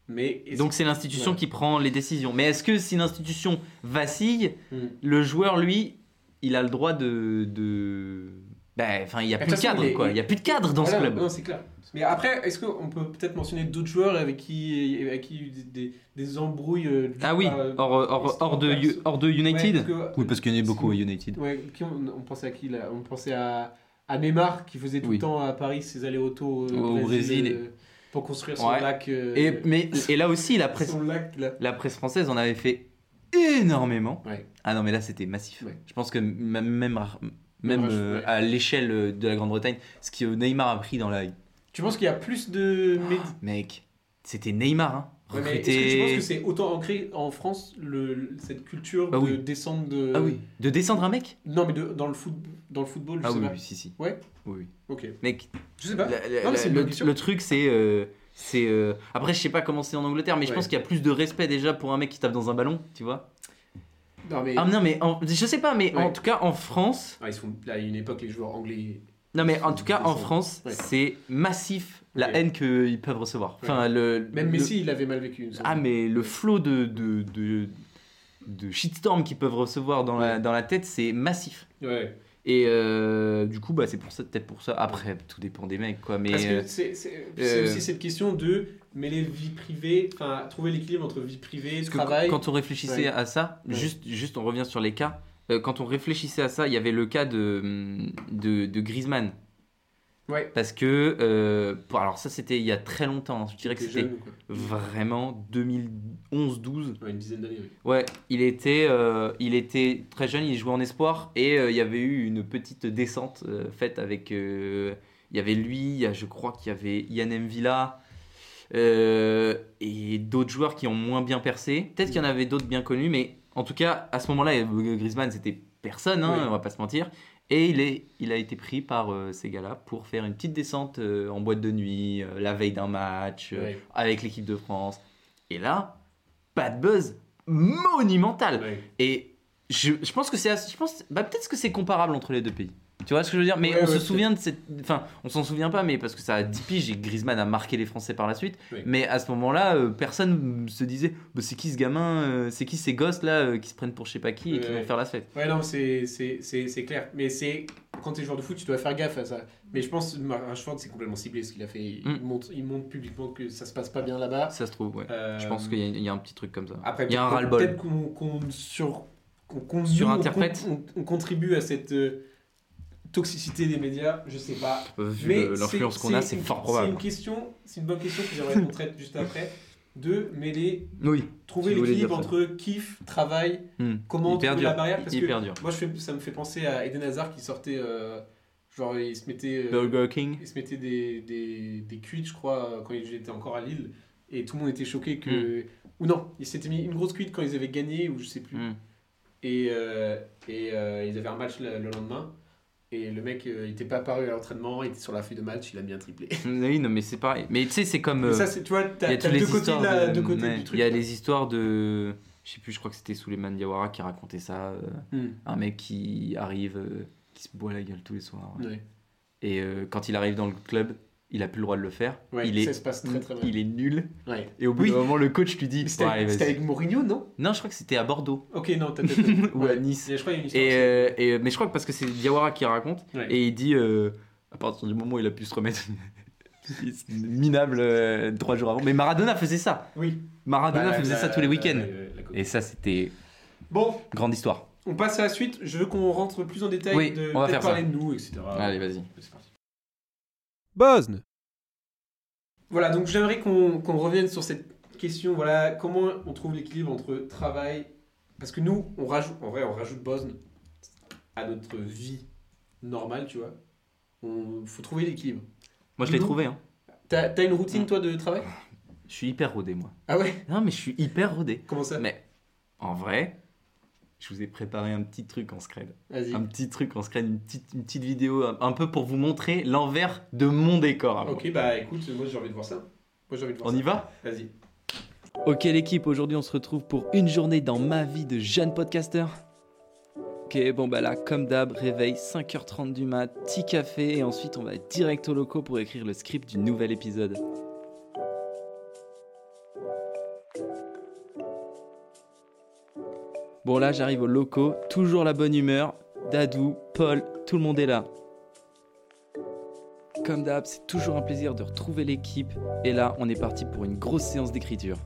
Mais est-ce-
Donc c'est l'institution
Ouais.
qui prend les décisions. Mais est-ce que si l'institution vacille,
Hmm.
le joueur, lui, il a le droit de, de, Ben, enfin, il n'y a
Mais
plus de
de toute façon,
cadre,
il est-
quoi. Il n'y a plus de cadre dans ce
Voilà, Euh, Non,
club.
c'est clair. Mais après, est-ce qu'on peut peut-être mentionner d'autres joueurs avec qui, avec qui il y a eu des, des- des embrouilles euh, du-
Ah oui,
euh,
hors, hors, hors de, U- hors de
ouais,
United
parce que-
Oui, parce qu'il y en a beaucoup à United.
Ouais, qui on, on pensait à qui là On pensait à, à Neymar qui faisait tout
Oui.
le temps à Paris ses allers-retours euh,
Au
au Brésil,
Brésil.
euh, pour construire son
Ouais.
lac. euh,
Et, mais, et là aussi, la presse,
son lac là.
la presse française en avait fait énormément.
Ouais.
Ah non, mais là, c'était massif.
Ouais.
Je pense que même, même, à- même
Ouais, je-
euh,
ouais.
à l'échelle euh, de la Grande-Bretagne, ce que Neymar a pris dans la...
Tu penses qu'il y a plus de
Ah,
médi-
Mec, c'était Neymar, hein.
Ouais, mais Est-ce que tu penses
Recruté...
que c'est autant ancré en France le, cette culture
Bah
de
oui.
descendre de
ah oui, de descendre un mec
non mais de, dans le foot dans le football je
Ah
sais
oui,
pas
oui, si, si.
Ouais.
Oui, oui.
ok
Mec,
je sais pas
La- la-
Non, mais c'est une
le,
bonne question.
le truc, c'est. euh, c'est euh, Après, je sais pas comment c'est en Angleterre, mais je
Ouais.
pense qu'il y a plus de respect déjà pour un mec qui tape dans un ballon, tu vois.
non mais
Ah non, mais en- je sais pas, mais en
Ouais.
tout cas, en France.
Ah, ils sont là à une époque les joueurs anglais
Non, mais en tout cas, en
Descendre.
France,
Ouais.
c'est massif la
Ok.
haine qu'ils peuvent recevoir. Enfin, le.
même
le-
Messi il avait mal vécu une seconde.
Ah, mais le flot de. de, de de shitstorm qu'ils peuvent recevoir dans la, dans la tête, c'est massif.
ouais
Et euh, du coup, bah, c'est pour ça, peut-être pour ça. Après, tout dépend des mecs, quoi. Mais
parce
euh,
que c'est c'est- c'est
euh,
aussi cette question de mêler vie privée enfin trouver l'équilibre entre vie privée
Parce que
travail
quand on réfléchissait
Ouais.
à ça,
Ouais.
juste, juste on revient sur les cas, Euh, quand on réfléchissait à ça, il y avait le cas de, hum, de, de Griezmann.
Ouais.
Parce que, euh, pour- alors ça c'était il y a très longtemps, hein. je dirais que
T'es
c'était
jeune, quoi.
vraiment 2011-12.
Ouais, une dizaine d'années oui.
Ouais, il était, euh, il était très jeune, il jouait en espoir et euh, il y avait eu une petite descente euh, faite avec. euh, il y avait lui, il y a- je crois qu'il y avait Yann Mvila euh, et d'autres joueurs qui ont moins bien percé. Peut-être qu'il y en avait d'autres bien connus, mais en tout cas, à ce moment-là, euh, Griezmann, c'était personne, hein,
Oui.
on va pas se mentir. Et il, est, il a été pris par euh, ces gars-là pour faire une petite descente euh, en boîte de nuit, euh, la veille d'un match, euh,
Ouais,
avec l'équipe de France. Et là, pas de buzz monumental.
ouais.
Et je, je pense que c'est assez- je pense bah peut-être que c'est comparable entre les deux pays. Tu vois ce que je veux dire Mais
Ouais,
on
ouais,
se
peut-être.
souvient de cette enfin on s'en souvient pas mais parce que ça a 10 piges et Griezmann a marqué les Français par la suite.
Oui.
Mais à ce moment-là euh, personne se disait bah, c'est qui ce gamin euh, c'est qui ces gosses là euh, qui se prennent pour je sais pas qui et qui
Ouais.
vont faire la fête.
Ouais, non, c'est- c'est c'est- c'est clair. Mais c'est quand t'es joueur de foot, tu dois faire gaffe à ça. Mais je pense que Rashford, c'est complètement ciblé ce qu'il a fait. Il,
Mm.
montre, il montre publiquement que ça se passe pas bien là-bas.
Ça se trouve ouais.
Euh, Ah,
Je pense qu'il y, a- il y a un petit truc comme ça.
après,
il y a un
peut-être qu'on-
ras-le-bol.
Peut-être qu'on qu'on sur, qu'on- qu'on-
Surinterprète.
on, on- on contribue à cette euh, toxicité des médias, je sais pas.
Euh, Vu
Mais
le- l'influence
c'est-
qu'on a c'est
une-
fort
C'est
probable.
une question, c'est une bonne question que j'aimerais qu'on traite juste après. De mêler,
Oui.
trouver
Je voulais
l'équilibre
dire ça.
entre kiff, travail,
Hmm.
comment
Hyper
trouver
dur.
la barrière parce
Hyper
que
dur.
moi je fais, ça me fait penser à Eden Hazard qui sortait euh, genre il se mettait euh,
Burger King.
il se mettait des, des, des cuites je crois euh, quand il était encore à Lille et tout le monde était choqué
Hmm.
que ou non il s'était mis une grosse cuite quand ils avaient gagné ou je sais plus
Hmm.
et, euh, et euh, ils avaient un match le, le lendemain et le mec euh, il était pas apparu à l'entraînement il était sur la feuille de match il a bien triplé
Oui, non mais c'est pareil. Mais tu sais c'est comme
Mais
euh,
ça c'est tu vois
Il y
t'as
a
t'as
toutes
deux
les
côtés,
histoires.
de la-
de-
deux côtés
ouais.
du truc
Il y a
quoi.
les histoires de. Je sais plus, je crois que c'était Souleymane Diawara qui racontait ça. euh,
Hmm.
Un mec qui arrive, euh, qui se boit la gueule tous les soirs.
Ouais.
Et euh, quand il arrive dans le club, il a plus le droit de le faire.
Ouais,
il, est,
ça se passe très très bien
il est nul.
Ouais.
Et au bout
Oui.
d'un moment, le coach lui dit
Mais c'était
Ouais,
avec,
vas-y.
c'était avec Mourinho non
Non, je crois que c'était à Bordeaux.
Ok, non, t'as peut-être- peut-être.
Ou à
ouais.
Nice.
Et je crois qu'il y a une histoire.
Et, euh, et, euh, mais je crois que parce que c'est Diawara qui raconte.
Ouais.
Et il dit euh, à partir du moment où il a pu se remettre. c'est minable euh, trois jours avant. Mais Maradona faisait ça.
Oui.
Maradona
Bah,
faisait
la-
ça tous les
la-
week-ends.
la- la- la-
Et ça, c'était
Bon,
grande histoire.
on passe à la suite. Je veux qu'on rentre plus en détail.
Oui,
de,
on va
peut-être
faire ça.
parler de nous, etc.
Allez, vas-y.
C'est parti.
Bosne.
Voilà, donc j'aimerais qu'on qu'on revienne sur cette question. Voilà, comment on trouve l'équilibre entre travail. Parce que nous, on rajoute, en vrai, on rajoute Bosne à notre vie normale, tu vois. On faut trouver l'équilibre.
Moi, je l'ai
Nous
trouvé. Hein.
T'as t'as une
Mm.
routine, toi, de travail
Je suis hyper rodé, moi.
Ah ouais
Non, mais je suis hyper rodé.
Comment ça
Mais en vrai, je vous ai préparé un petit truc en scred.
Vas-y.
Un petit truc en scred, une petite, une petite vidéo un, un peu pour vous montrer l'envers de mon décor. à moi.
Ok, bah écoute, moi j'ai envie de voir ça. Moi j'ai envie de voir
On
ça.
y va
Vas-y.
Ok l'équipe, aujourd'hui on se retrouve pour une journée dans ma vie de jeune podcasteur. Ok, bon bah là, comme d'hab, réveil 5h30 du mat, petit café et ensuite on va direct aux locaux pour écrire le script du nouvel épisode. Bon là j'arrive aux locaux, toujours la bonne humeur, Dadou, Paul, tout le monde est là.
Comme d'hab, c'est toujours un plaisir de retrouver l'équipe. Et là, on est parti pour une grosse séance d'écriture.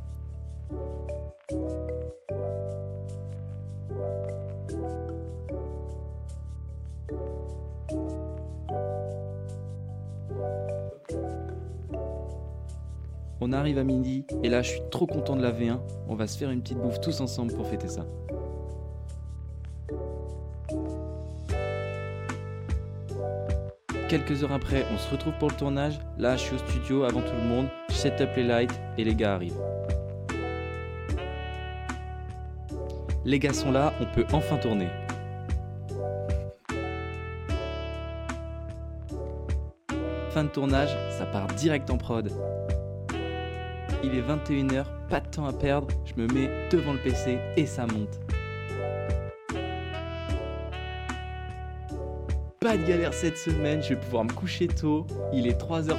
On arrive à midi et là je suis trop content de la V1. On va se faire une petite bouffe tous ensemble pour fêter ça. Quelques heures après, on se retrouve pour le tournage. Là, je suis au studio avant tout le monde, je set up les lights et les gars arrivent. Les gars sont là, on peut enfin tourner. Fin de tournage, ça part direct en prod. Il est 21h, pas de temps à perdre, je me mets devant le PC et ça monte. Pas de galère cette semaine, je vais pouvoir me coucher tôt. Il est 3h30,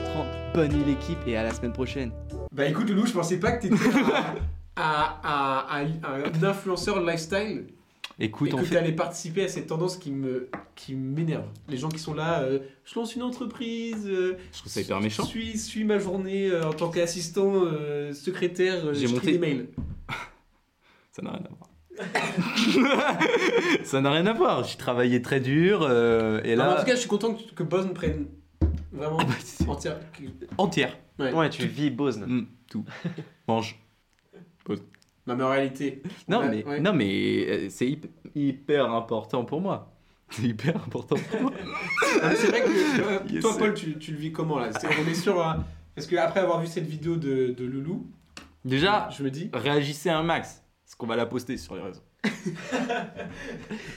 bonne nuit l'équipe et à la semaine prochaine.
Bah écoute, Loulou, je pensais pas que t'étais un, un, un- un- un influenceur lifestyle
Écoute,
et
on
que
fait.
t'allais participer à cette tendance qui me qui m'énerve. Les gens qui sont là, euh, je lance une entreprise, euh,
Je trouve ça hyper méchant.
suis, suis ma journée euh, en tant qu'assistant euh, secrétaire, euh,
J'ai
j'écris
monté-
des mails.
Ça n'a rien à voir. ça n'a rien à voir. J'ai travaillé très dur euh, et
Non, mais
là.
en tout cas, je suis content que, que Bosn prenne vraiment
Ah bah, c'est-
entière.
entière.
Ouais.
Ouais, tu vis Bose.
Hmm,
Mm, tout. Mange.
Non, mais en réalité,
Non,
Ouais,
mais,
ouais.
non, mais euh, c'est hyp- hyper important pour moi. C'est hyper important pour moi.
Non, mais c'est vrai que euh,
Yes.
toi, Paul, tu, tu le vis comment là C'est- On est sur un- Parce que après avoir vu cette vidéo de, de Loulou,
Déjà,
je me dis,
réagissez un max. Parce qu'on va la poster sur les réseaux.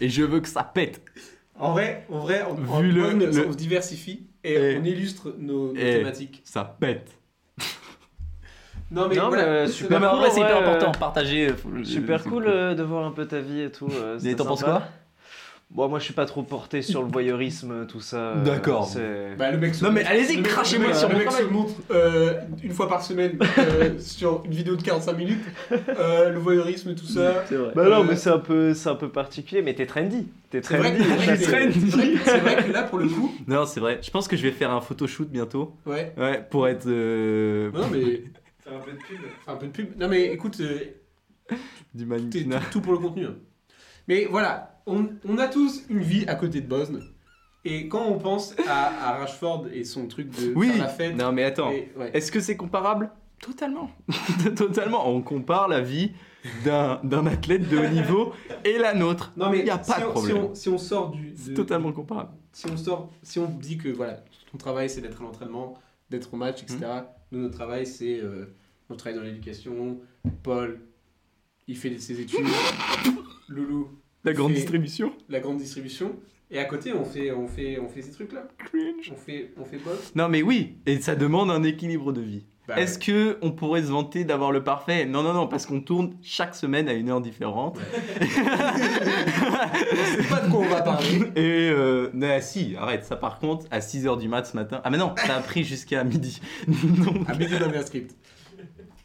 et je veux que ça pète.
en vrai, en vrai, on, en
Vu le-
Bosn,
le-
on se diversifie et,
Et-
on illustre nos, nos
et-
thématiques.
Ça pète.
Non, mais
Non,
voilà,
mais, euh,
c'est-
Non,
super
mais en
cool,
vrai, c'est
en
hyper
vrai, euh,
important. Partagez. euh, faut-
Super
c'est
cool euh, de voir un peu ta vie et tout. euh,
Et
c'était
t'en penses
sympa.
quoi
Bon, moi je suis pas trop porté sur le voyeurisme, tout ça. euh,
D'accord.
c'est-
Bah, le mec se
Non, mais
montre-
allez-y,
le mec-
crachez-moi
le mec-
sur
Le
mon
mec se
travail.
montre euh, une fois par semaine euh, sur une vidéo de 45 minutes, euh, le voyeurisme, tout ça.
C'est vrai.
Bah non, mais c'est un peu, c'est un peu particulier, mais t'es trendy. T'es
Euh, C'est vrai,
trendy.
que- c'est vrai que-
T'as-
c'est vrai que- c'est vrai que là, pour le coup,
Non, c'est vrai. Je pense que je vais faire un photoshoot bientôt.
ouais.
Ouais, pour être. euh,
Non, mais. Faire un peu de pub. un peu de pub. Non, mais écoute, euh,
du
T'es-
mannequinat.
tout pour le contenu. hein. Mais voilà, on, on a tous une vie à côté de Bosn. Et quand on pense à, à Rashford et son truc de
Oui.
faire la fête,
Non, mais attends.
et- ouais.
Est-ce que c'est comparable Totalement. Totalement. On compare la vie d'un d'un athlète de haut niveau et la nôtre.
non mais
il n'y a
si
pas de
on,
problème.
Si on, si on sort du,
C'est
de-
totalement comparable.
si on sort, si on dit que voilà, ton travail c'est d'être à l'entraînement, d'être au match, etc.
Mm.
Nous notre travail c'est euh, on travaille dans l'éducation. Paul, il fait ses études. Loulou,
La grande
Et-
distribution.
la grande distribution. Et à côté on fait on fait on fait ces trucs là. On fait on fait boss.
Non, mais oui. Et ça demande un équilibre de vie.
Bah,
Est-ce que on pourrait se vanter d'avoir le parfait Non, non, non, parce qu'on tourne chaque semaine à une heure différente.
c'est pas de quoi on va parler.
Et euh, non, si, arrête, ça par contre, à 6h du mat ce matin. Ah, mais non, ça a pris jusqu'à midi. Donc,
À midi, on avait un script.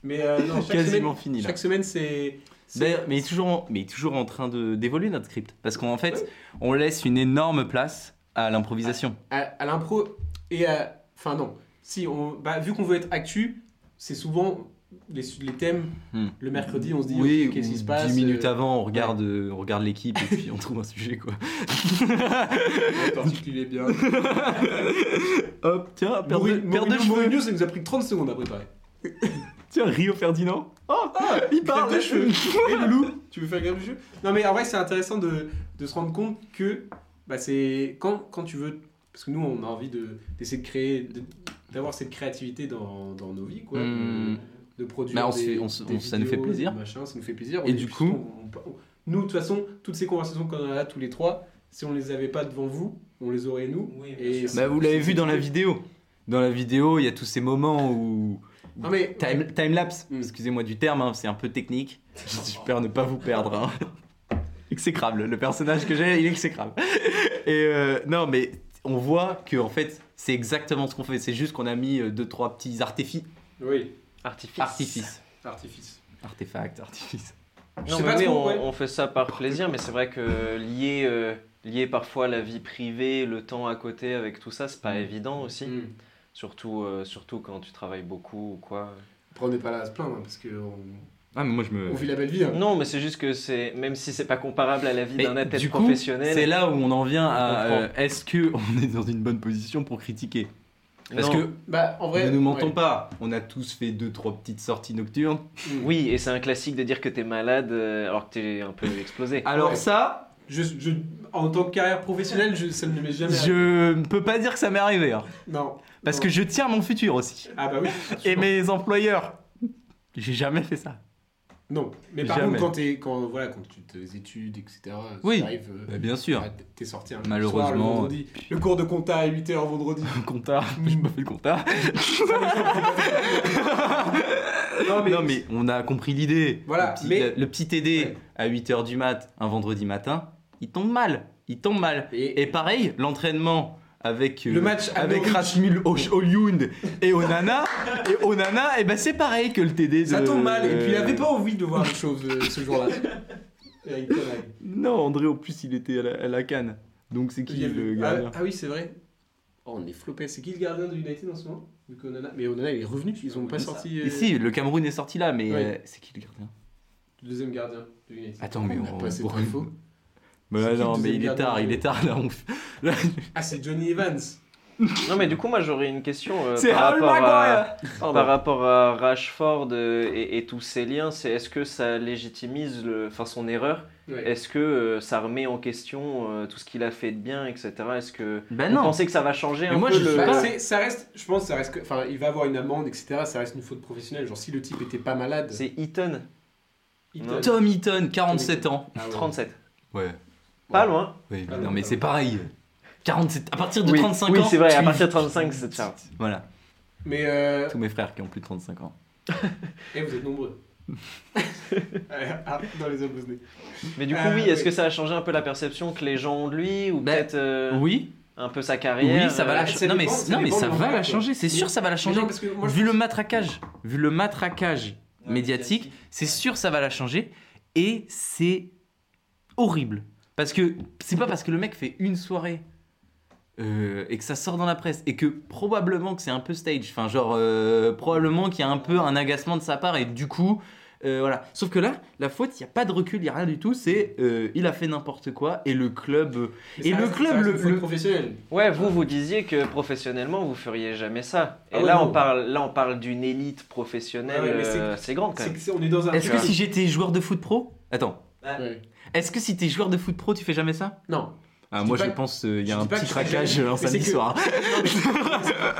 Mais euh, non, Ah, chaque
quasiment
semaine,
fini là.
chaque semaine c'est. c'est-
D'ailleurs, mais il est toujours en, mais il est toujours en train de- d'évoluer notre script. Parce qu'en fait, on laisse une énorme place à l'improvisation.
à, à l'impro et à. Enfin, non. Si, on, bah, vu qu'on veut être actu, c'est souvent les, su- les thèmes.
Hmm.
Le mercredi, on se dit
oui,
ok, qu'est-ce qui
ou
se passe
10 minutes
euh,
avant, on regarde, euh, on regarde l'équipe et puis on trouve un sujet quoi.
on articulait bien.
Hop, tiens, paire de,
Mourinho,
paire de
Mourinho,
cheveux.
Mourinho, ça nous a pris 30 secondes à préparer.
Tiens, Rio Ferdinand. Oh, il
Grève
parle
de cheveux. Et Loulou, tu veux faire grève de cheveux Non, mais en vrai, c'est intéressant de, de se rendre compte que bah, c'est quand, quand tu veux. Parce que nous, on a envie de- d'essayer de, créer, de- d'avoir cette créativité dans, dans nos vies, quoi.
Hmm.
De, de produire.
Bah, on se
des,
fait- on se-
des
on- ça nous fait
vidéos,
plaisir.
des machins, ça nous fait plaisir.
Et
On-
du
puis,
coup-
on- on- nous, de toute façon, toutes ces conversations qu'on a là, tous les trois, si on les avait pas devant vous, on les aurait nous. et
Bah, vous l'avez vu dans la vidéo. Dans la vidéo, il y a tous ces moments où.
Non, mais.
Time, lapse,
Mm.
excusez-moi du terme, hein, c'est un peu technique. J'espère ne pas vous perdre. hein. Exécrable, le personnage que j'ai, il est exécrable. Et euh, non, mais on voit que en fait, c'est exactement ce qu'on fait. C'est juste qu'on a mis euh, deux, trois petits artifices.
Oui,
Artifice.
Artifices.
artifice.
Artefacts, artifices.
Ah, Je
Non,
sais
mais
pas
oui,
trop,
on,
ouais.
on fait ça par plaisir, mais c'est vrai que lier,
Mm.
euh, lier parfois la vie privée, le temps à côté avec tout ça, c'est pas évident aussi.
Hmm.
Surtout, euh, surtout quand tu travailles beaucoup ou quoi.
Après, on n'est pas là à se plaindre, hein, parce qu'on
Ah, mais moi je me.
on vit la belle vie. hein.
Non, mais c'est juste que c'est, même si c'est pas comparable à la vie
Mais
d'un athlète
du coup,
professionnel.
C'est là où on en vient à
comprend.
euh, est-ce que on est dans une bonne position pour critiquer Parce
Non.
que
Bah, en vrai.
ne nous mentons
ouais.
pas, on a tous fait deux trois petites sorties nocturnes.
Oui, et c'est un classique de dire que t'es malade euh, alors que t'es un peu explosé.
Alors
Ouais.
ça,
Je, je- en tant que carrière professionnelle, je, ça ne m'est jamais. arrivé.
je ne peux pas dire que ça m'est arrivé, hein.
Non.
parce
non.
que je tiens mon futur aussi
Ah bah oui.
et mes employeurs. J'ai jamais fait ça.
Non. Mais par
Jamais.
contre, quand, t'es- quand, voilà, quand tu tes études, etc.,
Oui. Bah,
arrive.
bien sûr,
euh, T'es sorti un
Malheureusement.
soir, le, vendredi. le cours de compta à 8h vendredi.
le compta,
j'ai
pas fait le compta.
non, mais,
Non mais on a compris l'idée.
Voilà,
le petit,
mais-
le- le petit TD
Ouais.
à 8h du mat un vendredi matin, il tombe mal, il tombe mal.
Et-
Et, pareil, l'entraînement avec euh,
Le match à
avec
Norwich.
Rasmul Osh- Olyund et Onana et Onana et ben c'est pareil que le TD de euh,
ça tombe mal. Et puis, il avait pas envie de voir les choses euh, ce jour-là. Eric Cantona.
Non, André en plus il était à la, à la canne. Donc c'est qui
Il y avait-
le
ah,
gardien
ah oui, c'est vrai. Oh, on est flopé. C'est qui le gardien de United en ce moment Vu qu'Onana- Mais Onana, il est revenu. Ils ont pas sorti euh,
Et si, le Cameroun est sorti là, mais
Ouais.
euh, c'est qui le gardien
le deuxième gardien de United.
Attends, mais
on a
Ah, on-
pas assez
on-
d'infos.
Bah
qui le
non, mais
deuxième
il est
gardien
tard,
de-
il est tard là. On... f- là,
Ah, c'est Johnny Evans.
Non, mais du coup, moi j'aurais une question. euh,
c'est
par
Harold
rapport à-
Maguire.
Par rapport à Rashford euh, et, et tous ses liens, c'est est-ce que ça légitimise le, enfin, son erreur
Ouais.
Est-ce que euh, ça remet en question euh, tout ce qu'il a fait de bien, etc. Est-ce que
Ben
vous
non.
pensez que ça va changer
Mais
un
moi,
peu
je
le-
sais
Bah,
pas.
c'est- ça reste, je pense, que ça reste. que- Enfin, il va avoir une amende, etc. Ça reste une faute professionnelle. Genre, si le type était pas malade,
C'est Eaton,
il
Non.
Tom Eaton, 47 ans.
Ah ouais.
37.
Ouais.
Pas loin.
Oui,
Ah
non,
non,
mais
ça
c'est
va.
pareil. 47, à partir de
Oui,
35
oui,
ans.
c'est vrai, à
tu-
partir de 35, c'est ça.
Voilà,
Mais euh,
tous mes frères qui ont plus de 35 ans.
eh, vous êtes nombreux. Ah, dans les abonnés.
Mais du coup,
Euh,
oui, est-ce
oui.
que ça a changé un peu la perception que les gens ont de lui ou
Ben,
peut-être euh,
Oui,
un peu sa carrière euh,
oui, ça va la
ça
changer. Non, mais,
dépend,
non,
ça
mais
dépend
ça
de
va la
l'endroit,
changer, c'est sûr, ça va la changer.
Non, parce que moi, je
Vu le matraquage, vu le matraquage
Ouais,
médiatique,
médiatique.
c'est sûr, ça va la changer. Et c'est horrible. Parce que c'est pas parce que le mec fait une soirée euh, et que ça sort dans la presse et que probablement que c'est un peu stage. Enfin, genre, euh, probablement qu'il y a un peu un agacement de sa part et du coup. euh, voilà. Sauf que là, la faute, il n'y a pas de recul, il n'y a rien du tout. C'est euh, il a fait n'importe quoi et le club. euh,
Mais
et
ça
le
reste-
club,
ça reste
le-
une faute
le-
professionnelle.
Ouais, vous vous disiez que professionnellement vous feriez jamais ça. Et
Ah ouais,
là on
non.
parle là on parle d'une élite professionnelle,
Ouais, mais c'est-
euh, c'est grand quand
C'est
même.
que c'est- on est dans un.
Est-ce que si j'étais joueur de foot pro. Attends.
Ouais.
Est-ce que si t'es joueur de foot pro, tu fais jamais ça
Non.
Ah,
Je
moi
dis pas
je
que-
pense qu'il y
je
a
dis
un
pas
petit
que je fais
craquage
jamais,
euh, un
mais c'est
samedi
que-
soir.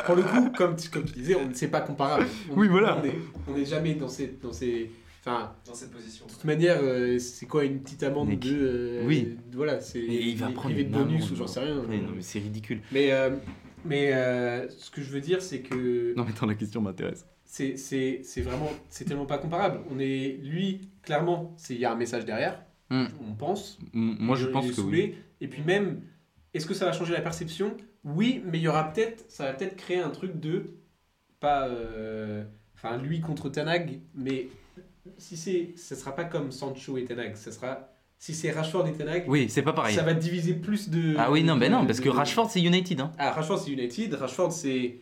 Pour le coup, comme tu, comme tu disais, on ne sait pas comparable. On-
Oui, voilà.
On est- on n'est jamais dans ces, dans ces. Enfin,
Dans cette position.
de toute manière, euh, c'est quoi une petite amende
Mec.
de. euh,
Oui.
Voilà, c'est.
Et il va
est
prendre
privé de
une
bonus
amende,
ou j'en
genre.
sais rien.
Ouais, non, mais c'est ridicule.
Mais, euh, mais euh, ce que je veux dire, c'est que
Non, mais attends, la question m'intéresse.
c'est- c'est c'est vraiment, c'est tellement pas comparable. On est, lui, clairement, c'est- il y a un message derrière,
Hmm.
on pense.
Moi, je
Il
pense
est
que oui.
saoulé. Et puis même, est-ce que ça va changer la perception Oui, mais il y aura peut-être, ça va peut-être créer un truc de pas, euh, enfin lui contre Tanag, mais si c'est, ça sera pas comme Sancho et Tanag, ça sera si c'est Rashford et Tanag,
Oui, c'est pas pareil.
ça va diviser plus de.
Ah oui, non, ben non, parce
de-
que
de-
Rashford, c'est United. Hein.
ah, Rashford, c'est United. Rashford, c'est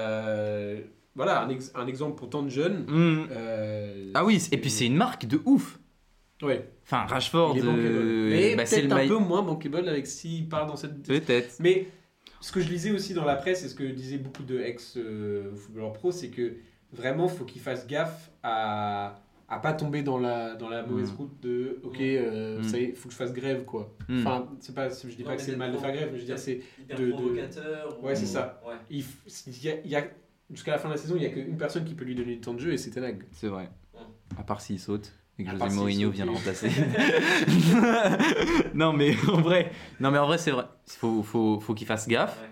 euh, voilà, un, ex- un exemple pour tant de jeunes. Euh,
Mm. Ah oui, et puis c'est une marque de ouf.
Ouais,
Enfin, Rashford,
il est bankable.
euh,
Mais
bah, c'est
peut-être
le
un
maillot.
peu moins bankable avec s'il part dans cette.
Peut-être.
Mais ce que je lisais aussi dans la presse et ce que disaient beaucoup de ex-footballeurs pro, c'est que vraiment, faut qu'il fasse gaffe à à pas tomber dans la dans la mauvaise
Mm.
route de ok euh,
Mm.
ça y est, faut que je fasse grève quoi
Hmm.
enfin c'est pas je dis
Non,
pas
mais
que c'est
d'être
mal de
pro-
faire grève mais je veux dire c'est
hyper
de- de-
provocateur. ou-
Ouais, c'est ça.
Ouais.
Il f- il y a, il y a- jusqu'à la fin de la saison, il n'y a qu'une personne qui peut lui donner du temps de jeu et c'est Tanag.
C'est vrai. À part s'il saute et que
À
José
part s'il
Mourinho
saute,
vient le
oui.
remplacer. non, mais en vrai, non, mais en vrai, c'est vrai. Faut, faut, faut qu'il fasse gaffe.
Ouais.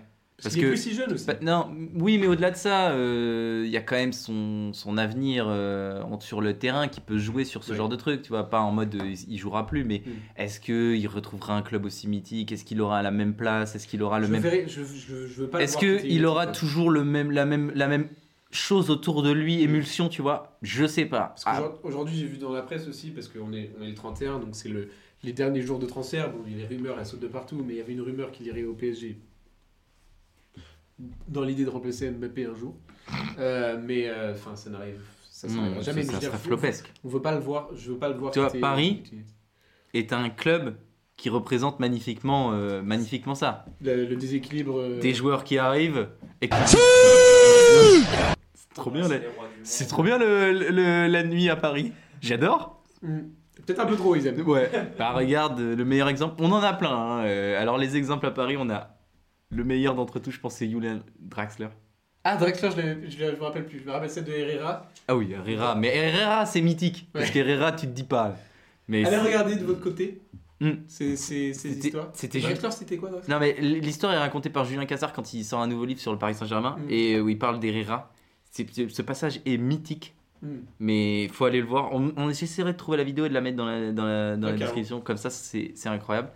Parce
Parce
qu'il est
que-
plus si jeune aussi.
Bah, non, oui, mais au-delà de ça, euh, il y a quand même son, son avenir euh, en- sur le terrain qui peut jouer sur ce
Ouais.
genre de truc, tu vois, pas en mode euh, il il jouera plus, mais
Mm.
est-ce que il retrouvera un club aussi mythique Est-ce qu'il aura la même place Est-ce qu'il aura Ah, le
je,
même
verrai- je, je- je veux pas. le
Est-ce
voir
que
quitter
il
une
aura
équipe,
toujours le même la même la même chose autour de lui, émulsion, tu vois Je sais pas.
Hmm. Parce
Ah,
qu'aujourd'hui, aujourd'hui, j'ai vu dans la presse aussi, parce qu'on est, on est le 31, donc c'est le, les derniers jours de transfert. Bon, les rumeurs, elles sautent de partout, mais il y avait une rumeur qu'il irait au PSG. dans l'idée de remplacer Mbappé un jour. Euh, mais enfin, ça n'arrive ça s'arrivera
Mmh,
jamais.
ça-
mais je
ça
veux dire,
serait flopesque.
On veut pas le voir. Je veux pas le voir.
Tu vois,
quitter- euh,
Paris,
quitter-
Est un club qui représente magnifiquement, euh, magnifiquement ça.
le, le déséquilibre. euh,
Des joueurs qui arrivent et qui. C'est trop bien, la- c'est trop bien le- le- la nuit à Paris. J'adore.
Mm. Peut-être un peu trop, ils aiment.
Ouais. Bah regarde, euh, le meilleur exemple, on en a plein. hein, euh, Alors les exemples à Paris, on a le meilleur d'entre tous, je pense, c'est Julian Draxler.
Ah, Drexler, je, l'avais- je l'avais- je me rappelle plus. Je me rappelle celle de Herrera.
Ah oui, Herrera. Mais Herrera, c'est mythique. Parce
Ouais.
qu'Herrera, tu te dis pas. Mais
Allez
c'est-
regarder de votre côté
Mm.
ces, ces- ces
C'était-
histoires.
c'était juste-
Drexler, c'était quoi Drexler
Non mais l'histoire est racontée par Julien Cassard quand il sort un nouveau livre sur le Paris Saint-Germain
Mm.
et euh, où il parle d'Herrera. C'est- c'est- Ce passage est mythique,
Mm.
mais faut aller le voir. On, on essaierait de trouver la vidéo et de la mettre dans la, dans la, dans la
Ah, carrément.
description, comme ça c'est c'est incroyable.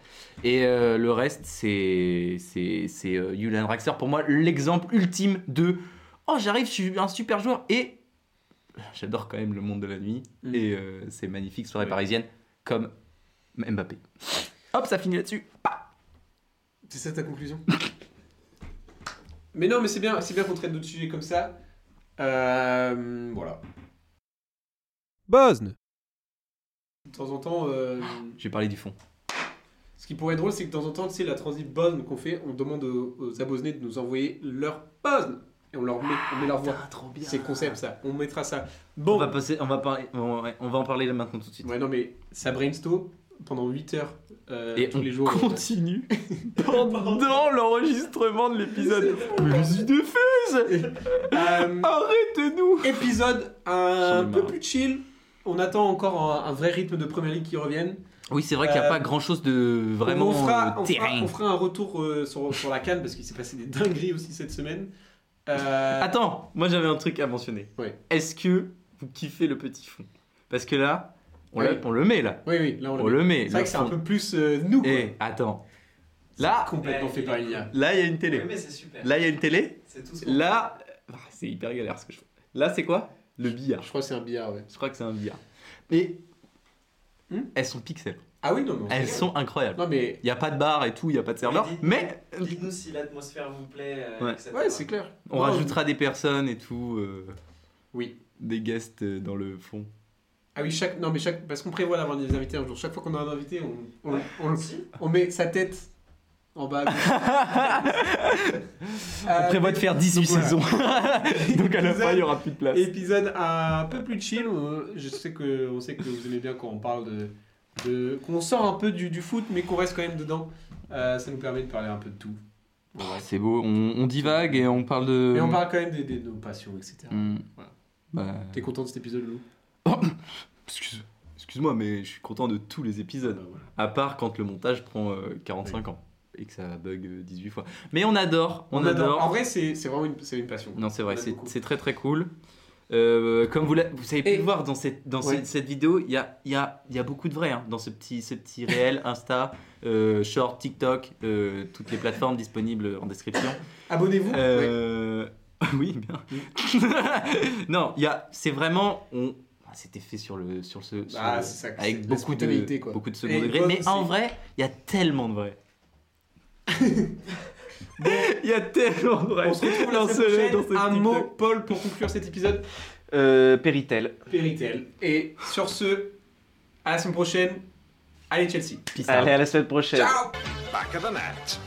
Et euh, le reste, c'est c'est- c'est, euh, Julian Draxler, pour moi l'exemple ultime de « Oh j'arrive, je suis un super joueur et j'adore quand même le monde de la nuit
Mm.
et euh, ces magnifiques soirées
Ouais.
parisiennes comme Mbappé. » Hop, ça finit là-dessus.
C'est ça ta conclusion Mais non, mais c'est bien, c'est bien qu'on traite d'autres sujets comme ça. Euh, voilà.
Bosne,
De temps en temps, euh,
J'ai parlé du fond.
ce qui pourrait être drôle, c'est que de temps en temps, tu sais, la transit bonne qu'on fait, on demande aux, aux abonnés de nous envoyer leur bonne et on leur met, on met leur voix. C'est le concept, ça. On mettra ça. Bon.
Ah, On va, passer, on, va parler, on, ouais, on va en parler là maintenant tout de suite.
Ouais, non, mais ça brainstorm pendant 8 heures euh,
Et
tous
on
les jours.
continue pendant l'enregistrement de l'épisode. Mais les idées fusent
Euh,
Arrête-nous
épisode
J'en ai
un
marre.
peu plus chill. On attend encore un, un vrai rythme de première ligue qui revienne.
Oui, c'est vrai qu'il n'y a
Euh,
pas grand-chose de vraiment
on fera,
euh,
on fera,
terrain.
on fera un retour euh, sur, sur la canne parce qu'il s'est passé des dingueries aussi cette semaine. Euh,
Attends, moi j'avais un truc à mentionner.
Ouais.
Est-ce que vous kiffez le petit fond Parce que là, on,
Oui.
l'a- on le met là.
Oui, oui, là on,
On
le met.
Oh, le met.
C'est vrai
le
que c'est un
fond.
peu plus euh, nous. quoi.
Eh, attends. Là,
Complètement
Ouais,
fait
il
par
est
l'IA.
là il y a une télé.
Oui, mais c'est super.
Là il y a une télé.
C'est tout ce qu'on-
Là, Ah, c'est hyper galère ce que je fais. Là c'est quoi Le billard.
Je crois que c'est un billard, ouais.
Je crois que c'est un billard. Mais
Hmm
elles sont pixels.
Ah oui, non, mais. on
Elles
sait
sont incroyables.
rien. Non, mais.
Il n'y a pas de barre et tout, il n'y a pas de serveur.
Oui, dites-
Mais euh,
Dites-nous si l'atmosphère vous plaît. euh,
Ouais.
etc.
Ouais, c'est clair.
on
Non,
rajoutera des personnes et tout. euh,
Oh. Oui.
Des guests euh, dans le fond.
Ah oui, chaque. Non, mais chaque. Parce qu'on prévoit d'avoir des invités un jour. Chaque fois qu'on a un invité, on, on, on le
Si.
On met sa tête en bas. à gauche.
on
Euh,
prévoit de faire 18
voilà.
saisons. Donc à la fin, il n'y aura plus de place.
Épisode un peu plus chill. euh, Je sais que, on sait que vous aimez bien quand on parle de. de- qu'on sort un peu du, du foot, mais qu'on reste quand même dedans. Euh, ça nous permet de parler un peu de tout.
Oh, c'est beau, on, on divague et on parle de.
Mais on parle quand même des- des- de nos passions, etc.
Hmm.
Voilà.
Bah,
T'es content de cet épisode, Lou
excuse- Excuse-moi, mais je suis content de tous les épisodes.
Bah, voilà.
À part quand le montage prend euh, 45 ans et que ça bug euh, 18 fois. Mais on adore, on, adore.
En vrai, c'est c'est vraiment une, c'est une passion.
Non, c'est vrai,
On aime
c'est
beaucoup.
c'est très très cool. Euh, comme vous, l'a- vous savez pu
Et-
le voir dans cette, dans
Ouais.
cette, cette vidéo, il y a, il y, a, il y a beaucoup de vrai hein, dans ce petit, ce petit réel Insta, euh, Short, TikTok, euh, toutes les plateformes disponibles en description.
Abonnez-vous. Ouais.
Euh, oui. bien. non, il y a- c'est vraiment. On... ah, C'était fait sur, le, sur ce. sur
Ah,
le-
c'est ça. c'est
avec
la
beaucoup de,
spontanéité, quoi.
beaucoup de second
Et
degré.
bonne
Mais en
aussi.
vrai, il y a tellement de vrai. Il y a tellement de vrai.
On se retrouve la
dans
semaine prochaine.
ce- dans ce
Un
TikTok.
mot, Paul, pour conclure cet épisode.
Euh, Péritel.
Péritel. Et sur ce, à la semaine prochaine. Allez Chelsea.
Peace out.
Allez, à la semaine prochaine.
Ciao
Back of the net.